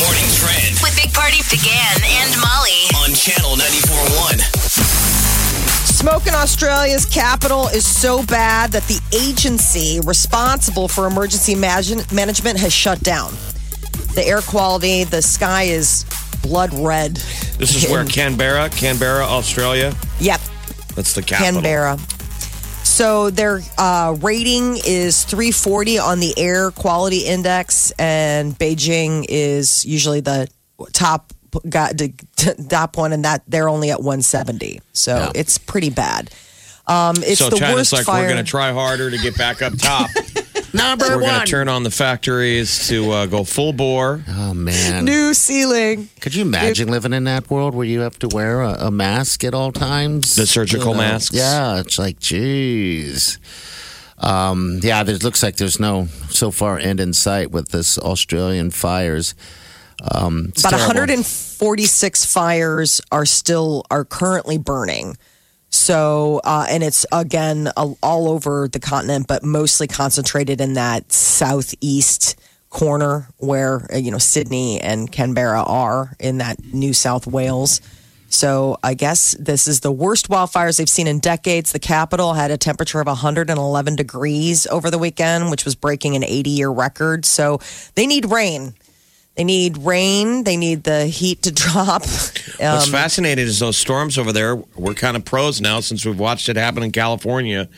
morning trend With Big Party began and Molly. on channel 941. Smoke in Australia's capital is so bad that the agency responsible for emergency manage- management has shut down. The air quality, the sky is blood red. This is where Canberra, Canberra, Australia. Yep, That's the capital. Canberra. So their uh, rating is 340 on the air quality index, and Beijing is usually the top got top one, and that they're only at 170. So it's pretty bad. Um, it's so the China's worst like, fire. we're going to try harder to get back up top. Number we're going to turn on the factories to uh, go full bore. Oh man, New ceiling. could you imagine living in that world where you have to wear a, a mask at all times? The surgical You know, masks? Yeah, it's like, jeez. Um, yeah, there looks like there's no so far end in sight with this Australian fires. Um, it's About terrible. 146 fires are still are currently burning. So, uh, and it's again a- all over the continent, but mostly concentrated in that southeast corner where uh, you know Sydney and Canberra are in that New South Wales. So, I guess this is the worst wildfires they've seen in decades. The capital had a temperature of 111 degrees over the weekend, which was breaking an 80 year record. So, they need rain. They need rain. They need the heat to drop. What's Um, fascinating is those storms over there. We're kind of pros now since we've watched it happen in California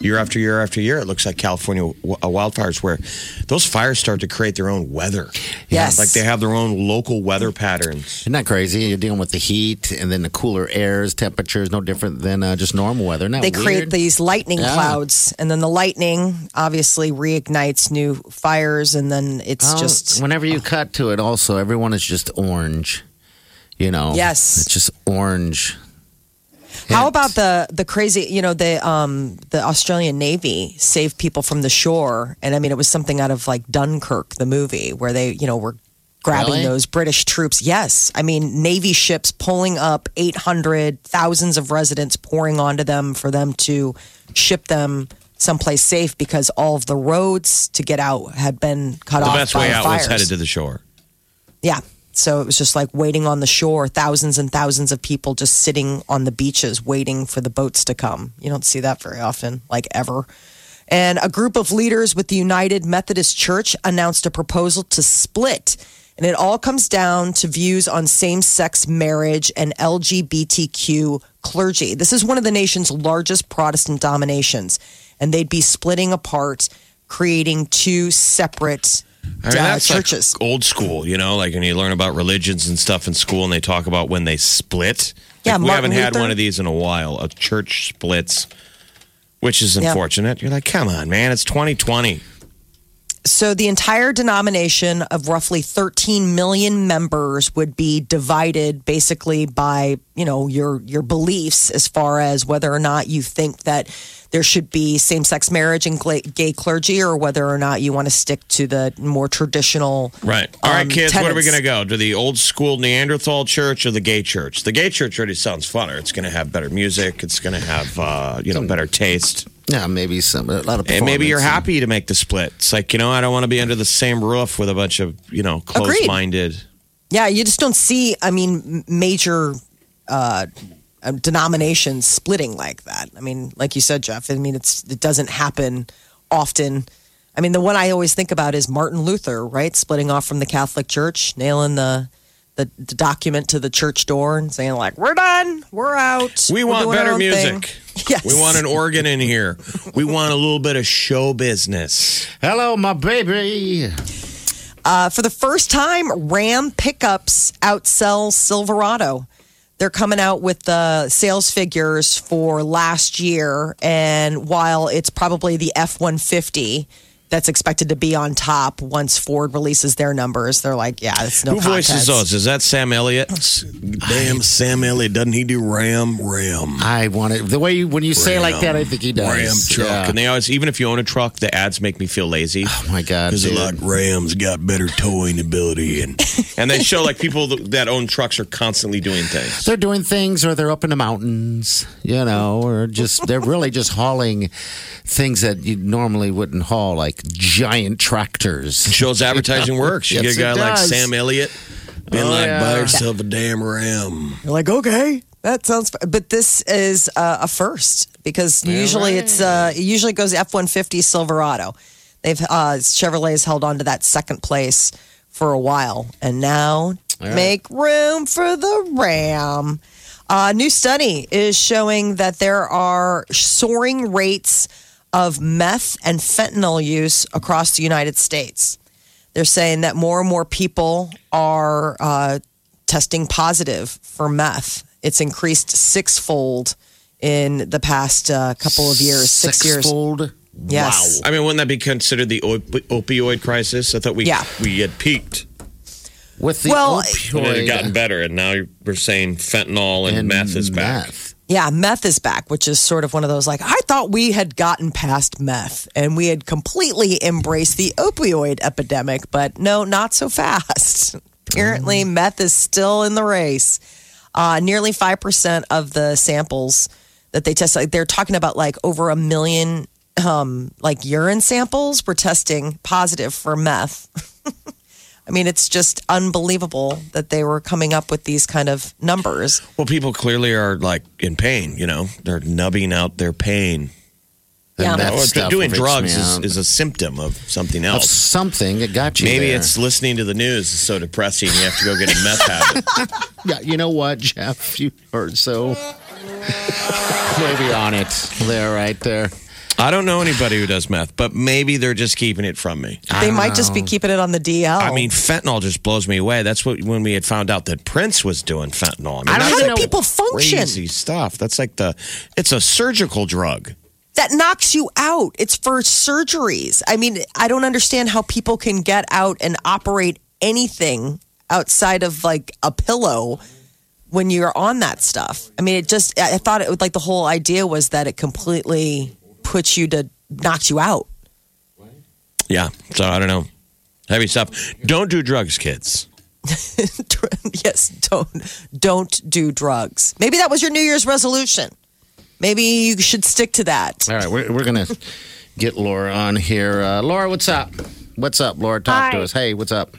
year after year after year. It looks like California w- uh, wildfires where those fires start to create their own weather. Yes. Like they have their own local weather patterns. Isn't that crazy? You're dealing with the heat and then the cooler airs, temperatures no different than uh, just normal weather. Isn't that they create weird? these lightning Yeah. clouds, and then the lightning obviously reignites new fires, and then it's Well, just Oh, whenever you cut to it. Also, everyone is just orange. You know. Yes. It's just orange. How about the the crazy? You know, the um the Australian Navy saved people from the shore, and I mean, it was something out of like Dunkirk, the movie, where they you know were grabbing Really? those British troops. Yes, I mean, Navy ships pulling up eight hundred thousands of residents pouring onto them for them to ship them someplace safe because all of the roads to get out had been cut The off. best by way the out was fires. headed to the shore. Yeah. So it was just like waiting on the shore, thousands and thousands of people just sitting on the beaches waiting for the boats to come. You don't see that very often, like ever. And a group of leaders with the United Methodist Church announced a proposal to split. And it all comes down to views on same sex marriage and LGBTQ clergy. This is one of the nation's largest Protestant dominations. And they'd be splitting apart, creating two separate I mean, uh, that's like churches. old school, you know, like when you learn about religions and stuff in school and they talk about when they split. Yeah, Like, we Martin haven't had Luther. one of these in a while. A church splits, which is Yeah. unfortunate. You're like, come on, man, it's 2020. So the entire denomination of roughly 13 million members would be divided basically by, you know, your your beliefs as far as whether or not you think that there should be same-sex marriage and gla- gay clergy or whether or not you want to stick to the more traditional Right. All right, um, kids, where are we going to tenets. go? To the old school Neanderthal church or the gay church? The gay church already sounds funner. It's going to have better music. It's going to have, uh, you know, better taste. Yeah, maybe some a lot of. And maybe you're performance happy to make the split. It's like, you know, I don't want to be under the same roof with a bunch of, you know, Agreed. close minded. Yeah, you just don't see. I mean, m- major uh, uh, denominations splitting like that. I mean, like you said, Jeff. I mean, it's it doesn't happen often. I mean, the one I always think about is Martin Luther, right? Splitting off from the Catholic Church, nailing the the, the document to the church door and saying like, "We're done. We're out. We We're want doing our better own thing." music. Yes. We want an organ in here. We want a little bit of show business. and- Hello, my baby. Uh, for the first time, Ram pickups outsell Silverado. They're coming out with the sales figures for last year, and while it's probably the F 150, that's expected to be on top once Ford releases their numbers. They're like, yeah, it's no. Who voices contest. those? Is that Sam Elliott? Damn, Sam Elliott. Doesn't he do Ram, Ram? I want it the way you, when you say it like that. I think he does. Ram truck. Yeah. And they always, even if you own a truck, the ads make me feel lazy. oh my god, Because dude. they're like, Rams got better towing ability. And, and they show like people th- that own trucks are constantly doing things. they're doing things or they're up in the mountains, you know, or just they're really just hauling things that you normally wouldn't haul, like giant tractors. Shows advertising works. You get Yes, a guy it like does. Sam Elliott being Oh, like, yeah. buy yourself a damn Ram. You're like, okay, that sounds. f- But this is uh, a first because usually it's uh, it usually goes F one fifty Silverado. They've uh, Chevrolet's held on to that second place for a while, and now make room for the Ram. A new study is showing that there are soaring rates of meth and fentanyl use across the United States. They're saying that more and more people are uh, testing positive for meth. It's increased sixfold in the past uh, couple of years, six years. Sixfold. Yes. I mean, wouldn't that be considered the op- opioid crisis? I thought we, Yeah. we had peaked. With the Well, And it had opioid gotten better. And now we're saying fentanyl and, meth is back. meth. Yeah, meth is back, which is sort of one of those like, I thought we had gotten past meth and we had completely embraced the opioid epidemic, but no, not so fast. Apparently, meth is still in the race. Uh, nearly 5% of the samples that they tested, like, they're talking about like over a million um, like urine samples were testing positive for meth. I mean, it's just unbelievable that they were coming up with these kind of numbers. Well, people clearly are like in pain, you know, they're numbing out their pain. The Yeah. meth Or stuff Oh, doing freaks drugs me is, out. is a symptom of something Of else. something that got you. Maybe there. it's listening to the news is so depressing you have to go get a meth habit. yeah. You know what, Jeff? You are so maybe on it there, right there. I don't know anybody who does meth, but maybe they're just keeping it from me. They might just be keeping it on the DL. I mean, fentanyl just blows me away. That's what when we had found out that Prince was doing fentanyl. I mean, I don't that's how do know. people function? crazy stuff. That's like the it's a surgical drug. That knocks you out. It's for surgeries. I mean, I don't understand how people can get out and operate anything outside of like a pillow when you're on that stuff. I mean, it just, I I thought it would like the whole idea was that it completely puts you to knocks you out. Yeah. So I don't know. Heavy stuff. Don't do drugs, kids. yes, don't don't do drugs. Maybe that was your New Year's resolution. Maybe you should stick to that. All right, we're, we're gonna get Laura on here. Uh, Laura, what's up? What's up, Laura? Talk to Hi. us. Hey, what's up?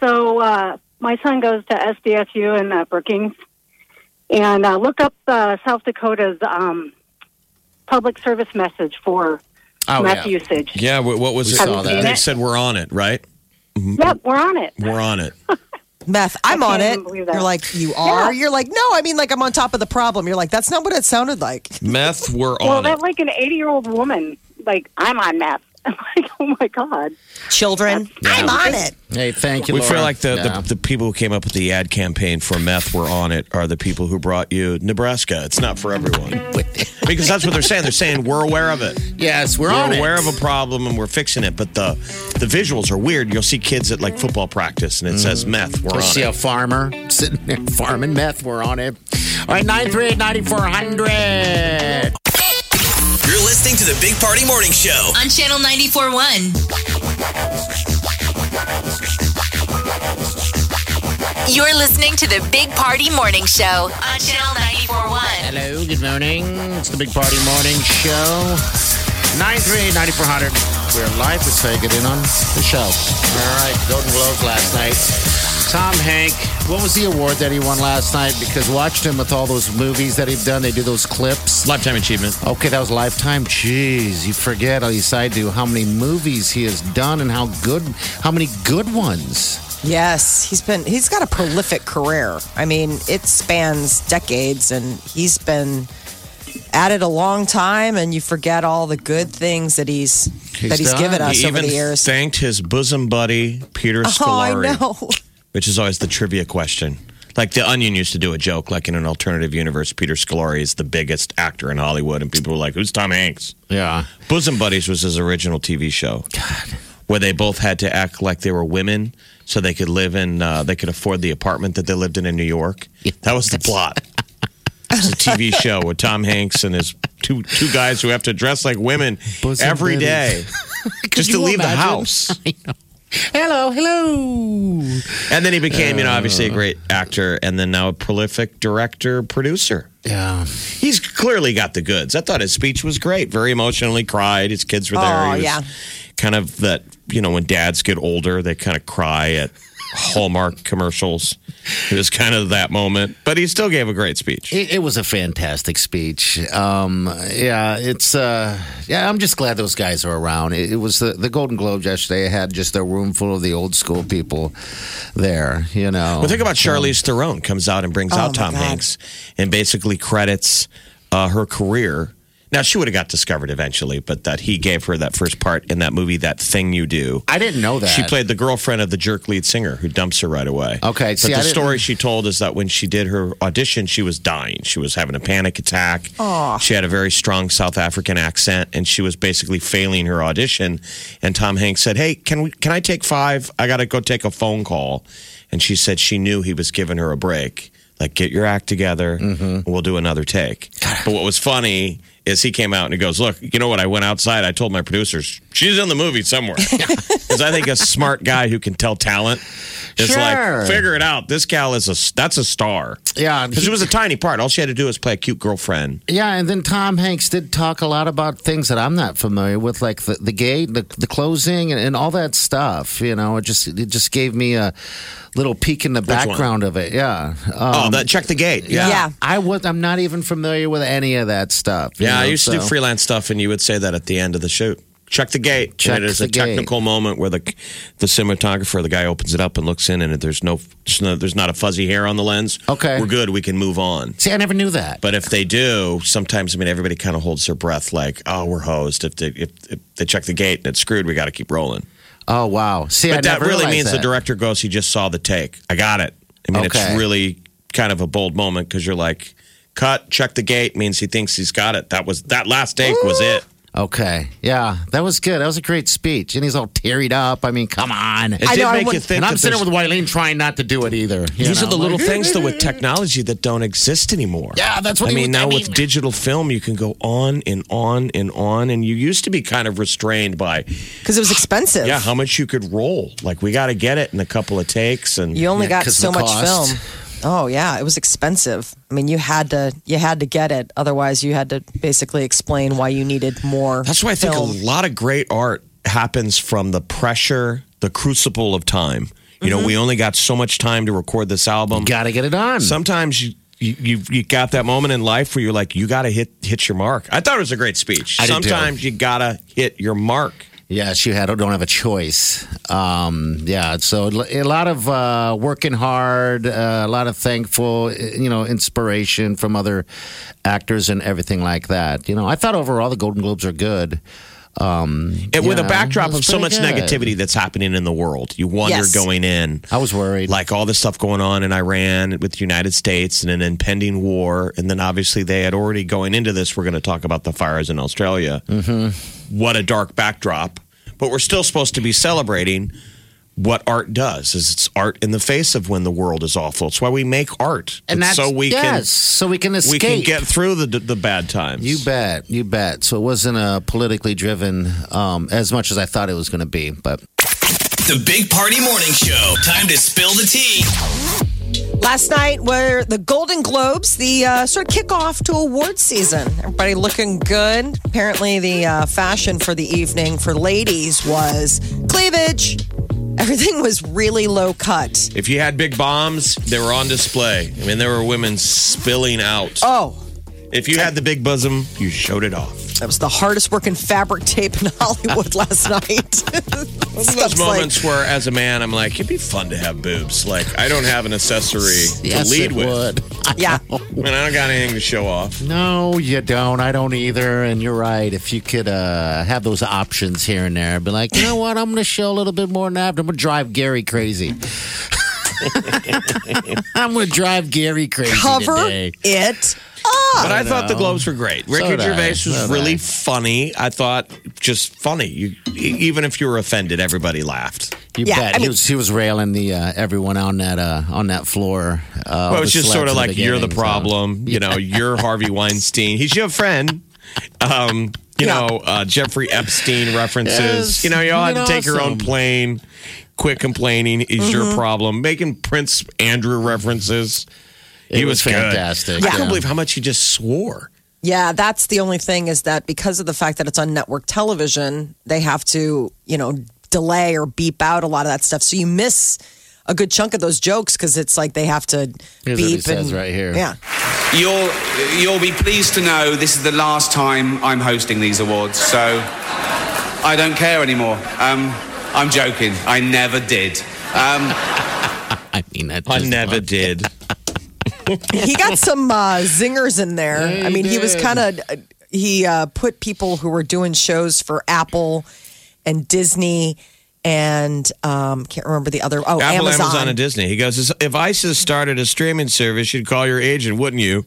So uh, my son goes to SDSU in uh, Brookings, and uh, look up uh, South Dakota's um, public service message for Oh meth yeah. usage. Yeah. wh- What was We it? saw that. They said we're on it, right? Yep, we're on it. We're on it. Meth, I'm I on can't it. even believe that. You're like, you are? Yeah. You're like, no, I mean, like, I'm on top of the problem. You're like, that's not what it sounded like. Meth, we're Well, on it. that's like an eighty-year-old woman. Like I'm on meth. I'm like, oh my god. Children, I'm on it. Hey, thank you. We Laura. feel like the, Yeah. the, the people who came up with the ad campaign for meth were on it are the people who brought you Nebraska. It's not for everyone. Because that's what they're saying. They're saying we're aware of it. yes, we're, We're on aware it. of a problem and we're fixing it. But the the visuals are weird. You'll see kids at like football practice and it says meth. We're We on see it. a farmer sitting there farming meth. We're on it. All right, nine three eight ninety four hundred. You're listening to the Big Party Morning Show. on Channel 94.1. You're listening to the Big Party Morning Show on Channel 94.1. Hello, good morning. It's the Big Party Morning Show. Nine three eight ninety four hundred. We're live with Say Get In on the show. All right, Golden Globes last night. Tom Hank, what was the award that he won last night? Because watched him with all those movies that he've done. They do those clips. Lifetime achievement. Okay, that was Lifetime. Jeez, you forget all you side do how many movies he has done and how good, how many good ones. Yes, he's been, he's got a prolific career. I mean, it spans decades and he's been at it a long time and you forget all the good things that he's, He's that he's done. given us He over even the years. thanked his bosom buddy Peter oh, I Scolari, know. which is always the trivia question. Like the Onion used to do a joke, like in an alternative universe, Peter Scolari is the biggest actor in Hollywood, and people were like, "Who's Tom Hanks?" Yeah. Bosom Buddies was his original TV show. God. Where they both had to act like they were women so they could live in, uh, they could afford the apartment that they lived in in New York. That was the plot. It was a TV show with Tom Hanks and his two two guys who have to dress like women Bosom every day buddies. just to you leave the imagine? house. Hello, hello. And then he became, you know, obviously a Uh. great actor and then now a prolific director, producer. Yeah. He's clearly got the goods. I thought his speech was great. Very emotionally cried. His kids were there. Oh, He was yeah. Kind of that, you know, when dads get older, they kind of cry at Hallmark commercials. It was kind of that moment, but he still gave a great speech. It, it was a fantastic speech. Um, yeah, it's uh, yeah. I'm just glad those guys are around. It, it was the, the Golden Globes yesterday. I had just a room full of the old school people there. You know, Well, think about Oh, Charlize Theron comes out and brings out Tom Hanks and basically credits uh, her career. Now, she would have got discovered eventually, but that he gave her that first part in that movie, That Thing You Do. I didn't know that She played the girlfriend of the jerk lead singer who dumps her right away. Okay, But see, I the didn't- story she told is that when she did her audition, she was dying. She was having a panic attack. She had a very strong South African accent, and she was basically failing her audition. And Tom Hanks said, "Hey, can we? Can I take five? I got to go take a phone call." And she said she knew he was giving her a break. Like, get your act together. Mm-hmm. And we'll do another take. But what was funny is he came out and he goes, "Look, you know what? I went outside. I told my producers she's in the movie somewhere." Because I think a smart guy who can tell talent is Sure. like, figure it out. This gal is a that's a star. Yeah, Because it was a tiny part. All she had to do was play a cute girlfriend. Yeah, and then Tom Hanks did talk a lot about things that I'm not familiar with, like the, the gate, the, the closing, and, and all that stuff. You know, it just it just gave me a little peek in the one? background of it. Yeah. Um, oh, that check the gate. Yeah. Yeah. I was I'm not even familiar with any of that stuff. you Yeah, I know, used to do so- freelance stuff, and you would say that at the end of the shoot. Check the gate. Check and it is the a technical moment where the the cinematographer, the guy, opens it up and looks in, and there's no, there's no- there's not a fuzzy hair on the lens. Okay. we're good. We can move on. See, I never knew that. But if they do, sometimes I mean everybody kind of holds their breath, like, oh, we're hosed. If they if, if they check the gate and it's screwed, we got to keep rolling. oh wow. See, I But that never really realized means the that. director goes, he just saw the take. I got it. I mean, Okay. it's really kind of a bold moment because you're like, cut, check the gate means he thinks he's got it. That was that last take was it. Okay. Yeah, that was good. That was a great speech, and he's all teared up. I mean, come on. It I did know, I make you wouldn't- think. and I'm that sitting there's- with Wileen trying not to do it either. you these are know? the I'm little like, things though with technology that don't exist anymore. Yeah, that's what I he mean. was- now I with digital film, you can go on and on and on, and you used to be kind of restrained by because it was expensive. yeah, how much you could roll. Like we got to get it in a couple of takes, and You only Yeah, got 'cause so of the much film. cost. Oh yeah, it was expensive. I mean, you had to you had to get it. Otherwise, you had to basically explain why you needed more. That's why I think film. a lot of great art happens from the pressure, the crucible of time. You know, Mm-hmm. we only got so much time to record this album. Gotta get it on. Sometimes you. You, you you got that moment in life where you're like you gotta hit hit your mark. I thought it was a great speech. I did too. Sometimes you gotta hit your mark. Yes, you had don't have a choice. Um, yeah, so a lot of uh, working hard, uh, a lot of thankful, uh, you know, inspiration from other actors and everything like that. You know, I thought overall the Golden Globes are good. And with Yeah, a backdrop it of was so much pretty good. negativity that's happening in the world, you wonder Yes. going in. I was worried. like all this stuff going on in Iran with the United States and an impending war, and then obviously they had already going into this. We're going to talk about the fires in Australia. Mm-hmm. What a dark backdrop! But we're still supposed to be celebrating what art does. Is it's art in the face of when the world is awful. It's why we make art, and It's that's so we yes, so we can can escape. we can get through the the bad times. You bet, you bet. So it wasn't a politically driven um, as much as I thought it was going to be, but The Big Party Morning Show. Time to spill the tea. Last night were the Golden Globes, the uh, sort of kickoff to award season. Everybody looking good. Apparently, the uh, fashion for the evening for ladies was cleavage. Everything was really low cut. If you had big bombs, they were on display. I mean, there were women spilling out. Oh, If you had the big bosom, you showed it off. that was the hardest working fabric tape in Hollywood last night. those Stuff's like- moments where, as a man, I'm like, it'd be fun to have boobs. Like, I don't have an accessory yes, to lead it with. would. yeah. I mean, I don't got anything to show off. No, you don't. I don't either. And you're right. If you could uh, have those options here and there, be like, you know what? I'm going to show a little bit more than that. I'm going to drive Gary crazy. I'm going to drive Gary crazy Cover today. it. But I, thought the Globes were great. Ricky did I. Gervais was So did really I. funny. I thought just funny. You, e- even if you were offended, everybody laughed. You Yeah, bet. I he, mean- was, he was railing the uh, everyone on that uh, on that floor. Uh, well, the it's just sort of celebs in like you're the beginning, so. problem. You know, you're Harvey Weinstein. He's your friend. Um, you Yeah. know, uh, Jeffrey Epstein references. Yes. You know, you all had Isn't to it take your own awesome? Mm-hmm. plane. Quit complaining is your problem. Making Prince Andrew references. It he was, was good. fantastic, I yeah. can't believe how much he just swore. Yeah, that's the only thing is that because of the fact that it's on network television, they have to, you know, delay or beep out a lot of that stuff. So you miss a good chunk of those jokes because it's like they have to Here's what he beep says and right here. Yeah. You'll, you'll be pleased to know this is the last time I'm hosting these awards, so I don't care anymore. Um, I'm joking. I never did. Um, I mean, that I just- never did. he got some uh, zingers in there. I mean, he, was kind of he uh, put people who were doing shows for Apple and Disney and um, can't remember the other. Oh, Apple, Amazon. Amazon. and Disney. He goes, if ISIS started a streaming service, you'd call your agent, wouldn't you?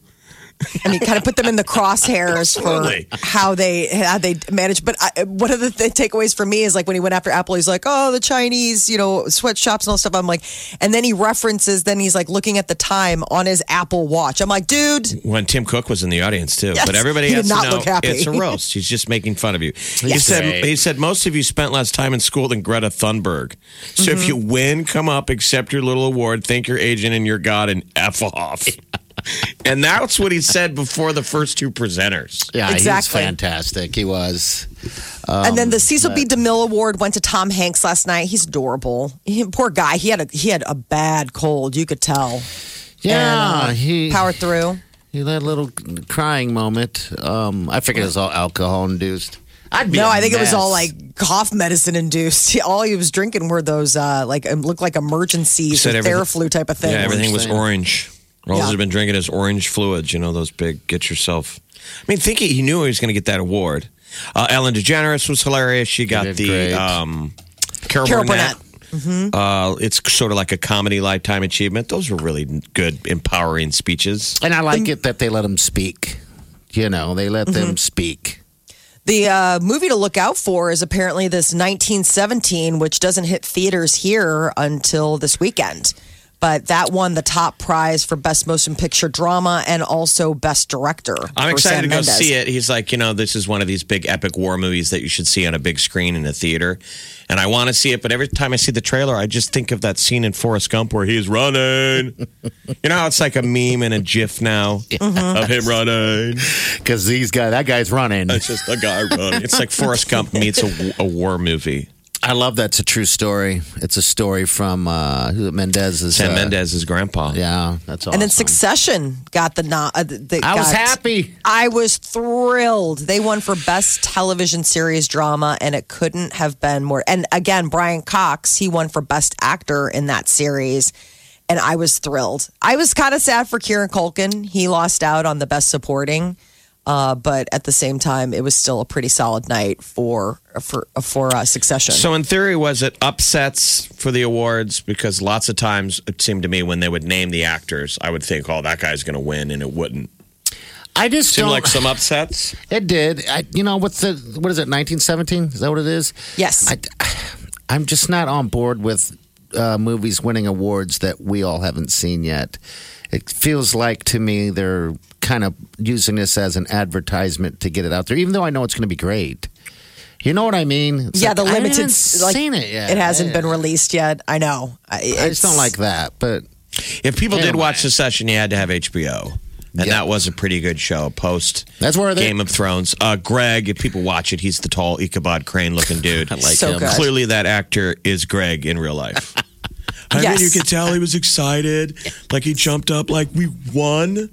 I mean, kind of put them in the crosshairs Absolutely. for how they how they manage. But I, one of the th- takeaways for me is like when he went after Apple, he's like, "Oh, the Chinese, you know, sweatshops and all stuff." I'm like, and then he references, then he's like looking at the time on his Apple Watch. I'm like, dude, When Tim Cook was in the audience too, Yes. but everybody He has to did not know look happy. it's a roast. He's just making fun of you. He Yes. said, Right. "He said most of you spent less time in school than Greta Thunberg. So if Mm-hmm. you win, come up, accept your little award, thank your agent and your god, and f off." and that's what he said before the first two presenters. Yeah, Exactly. he was fantastic. He was. and then Um, the Cecil B. DeMille Award went to Tom Hanks last night. He's adorable. He- poor guy. He had a he had a bad cold. You could tell. Yeah, And, uh, he powered through. he had a little crying moment. Um, I figured it was all alcohol induced. I'd be No, a I think it was all mess. like cough medicine induced. All he was drinking were those uh like it looked like emergencies or Said everything- Theraflu type of thing. Yeah, everything was thing. orange. All Yeah. he's been drinking is orange fluids. You know those big. Get yourself. I mean, think he, he knew he was going to get that award. Uh, Ellen DeGeneres was hilarious. She got did the great. um, Carol, Carol Mm-hmm. Burnett. Uh, it's sort of like a comedy lifetime achievement. Those were really good, empowering speeches. and I like it that they let him speak. You know, they let Mm-hmm. them speak. The uh, movie to look out for is apparently this 1917, which doesn't hit theaters here until this weekend. But that won the top prize for Best Motion Picture Drama and also Best Director. I'm for excited Sam to go Mendes. see it. He's like, you know, this is one of these big epic war movies that you should see on a big screen in a theater. And I want to see it, but every time I see the trailer, I just think of that scene in Forrest Gump where he's running. you know, how it's like a meme and a gif now of him running. Because these guy, that guy's running. It's just a guy running. It's like Forrest Gump meets a, a war movie. I love that's a true story. It's a story from uh, who- Mendez's. Sam uh, Mendez's grandpa. Yeah, that's awesome. And then Succession got the not. Uh, the, I was got- happy. I was thrilled. They won for best television series drama, and it couldn't have been more. And again, Brian Cox, he won for best actor in that series, and I was thrilled. I was kind of sad for Kieran Culkin; he lost out on the best supporting. Uh, but at the same time, it was still a pretty solid night for for for uh, Succession. So, in theory, was it upsets for the awards? Because lots of times it seemed to me when they would name the actors, I would think, oh, that guy's going to win, and it wouldn't. I just Seemed don't. like some upsets. it did. I, you know what's the what is it? Nineteen seventeen? Is that what it is? yes, I, I'm just not on board with uh, movies winning awards that we all haven't seen yet. It feels like to me they're kind of using this as an advertisement to get it out there, even though I know it's going to be great. You know what I mean? It's yeah, like, the I haven't limited even like, seen it yet. It hasn't I- been released yet. I know. I just don't like that. But If people did Anyway. watch the session, you had to have HBO. And Yeah. that was a pretty good show post That's where they- Game of Thrones. Uh, Greg, if people watch it, he's the tall Ichabod Crane looking dude. I like So him. good. Clearly, that actor is Greg in real life. I Yes. mean, you could tell he was excited. Like he jumped up, like we won.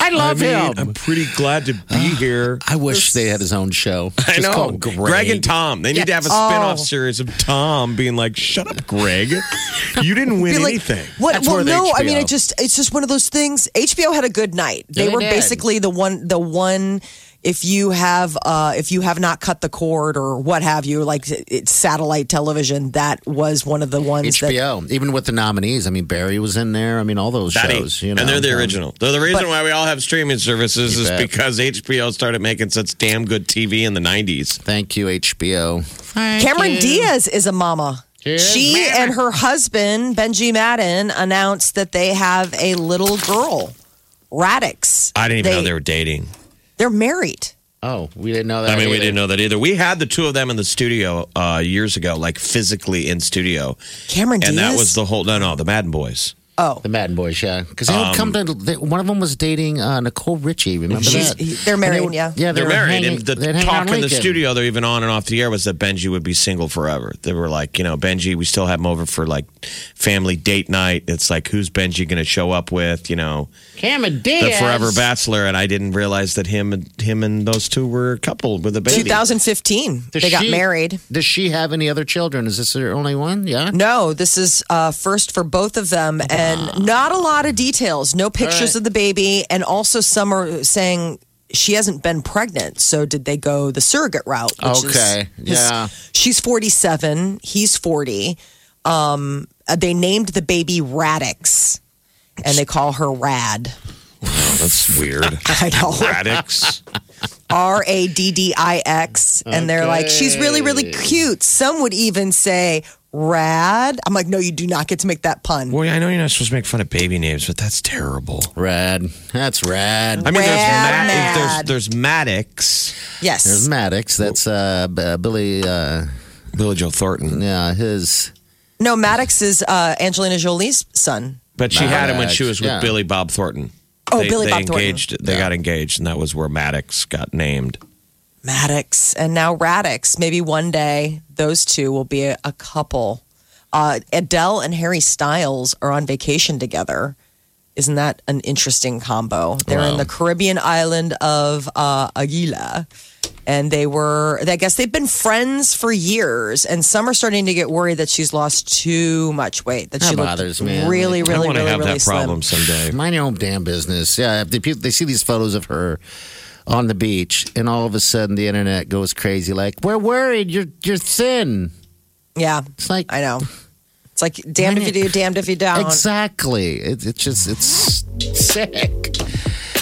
I love I mean, him. I'm pretty glad to be here. I wish they had his own show. I Just know. called Greg. Greg. and Tom. They need to have a spin off series of Tom being like, shut up, Greg. You didn't win feel like- anything. What? That's well, where the no. I mean, HBO. it just it's just one of those things. HBO had a good night. They, they were did. basically the one the one if you have uh, if you have not cut the cord or what have you, like it's satellite television, that was one of the ones that HBO, even with the nominees. I mean, Barry was in there. I mean, all those Daddy. shows. You know, and they're the um, original. They're the reason But- why we all have streaming services You is bet. because HBO started making such damn good TV in the 90s. Thank you, HBO. Cameron Diaz is a mama. Yes, she ma'am. and her husband Benji Madden announced that they have a little girl, Radix. I didn't even know they They- were dating. They're married. Oh, we didn't know that. I mean, we either. didn't know that either. We had the two of them in the studio uh, years ago, like physically in studio. Cameron And Diaz. that was the whole, no, no, the Madden Boys. oh. The Madden Boys, yeah, because they Um, would come to. They, one of them was dating uh, Nicole Richie. Remember She's- that? they're And they married, would- yeah. yeah, they They're were married. hanging- and the they'd hang talk out in the Lincoln. studio, though, even on and off the air, was that Benji would be single forever. They were like, you know, Benji, we still have him over for like family date night. It's like, who's Benji going to show up with, you know? Cameron Diaz, the Forever Bachelor, and I didn't realize that him and him and those two were coupled with a baby. 2015. Does they got she- married. Does she have any other children? Is this her only one? Yeah. No, this is uh, first for both of them, and not a lot of details. No pictures right. of the baby, and also some are saying she hasn't been pregnant. So did they go the surrogate route? which is- Okay, yeah. She's forty-seven. He's forty. Um, uh, they named the baby Radix, and they call her Rad. Oh, That's weird. I know. Radix. R A D D I X. And they're like, she's really, really cute. Some would even say, rad. I'm like, no, you do not get to make that pun. Boy, I know you're not supposed to make fun of baby names, but that's terrible. Rad. That's rad. I mean, there's, Ma- Rad there's mad. there's Maddox, Yes. There's Maddox. That's uh, B- Billy. Uh, Billy Joe Thornton, yeah, his. no, Maddox is uh, Angelina Jolie's son. but she had him when she was with Maddox, yeah. Billy Bob Thornton. Oh, they, Billy they Bob Thornton. engaged, They got engaged, and that was where Maddox got named. Maddox and now Radix. Maybe one day those two will be a, a couple. Uh, Adele and Harry Styles are on vacation together. Isn't that an interesting combo? They're in the Caribbean island of uh, Aguila. And they were, I guess they've been friends for years. And some are starting to get worried that she's lost too much weight, that That she looked bothers me. really, I really, want to really, have really that slim. problem someday. Mind your own damn business. Yeah, if the people, they see these photos of her on the beach, and all of a sudden the internet goes crazy. Like, we're worried. You're you're thin. Yeah, It's like I know. It's like damned if you do, damned if you don't. Exactly. It, it's just it's sick.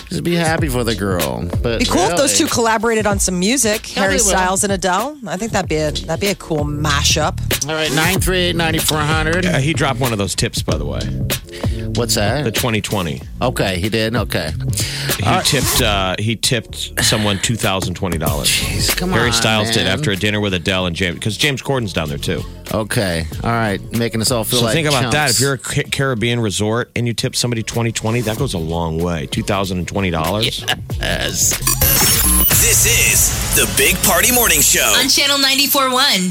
Just be happy for the girl. But Be cool if those two really, collaborated on some music, Harry they will. Styles and Adele. I think that'd be a that'd be a cool mashup. All right, nine three eight ninety four hundred. Uh, he dropped one of those tips, by the way, What's the that? 2020. Okay, he did. Okay. He tipped. Uh, he tipped someone two thousand twenty dollars. Jeez, come Harry on, Styles did man. after a dinner with Adele and James, because James Corden's down there too. Okay. All right. Making us all feel So like think about that. chumps. If you're a Ca- Caribbean resort and you tip somebody twenty twenty, that goes a long way. Two thousand and twenty dollars. This is the Big Party Morning Show. on Channel 94.1.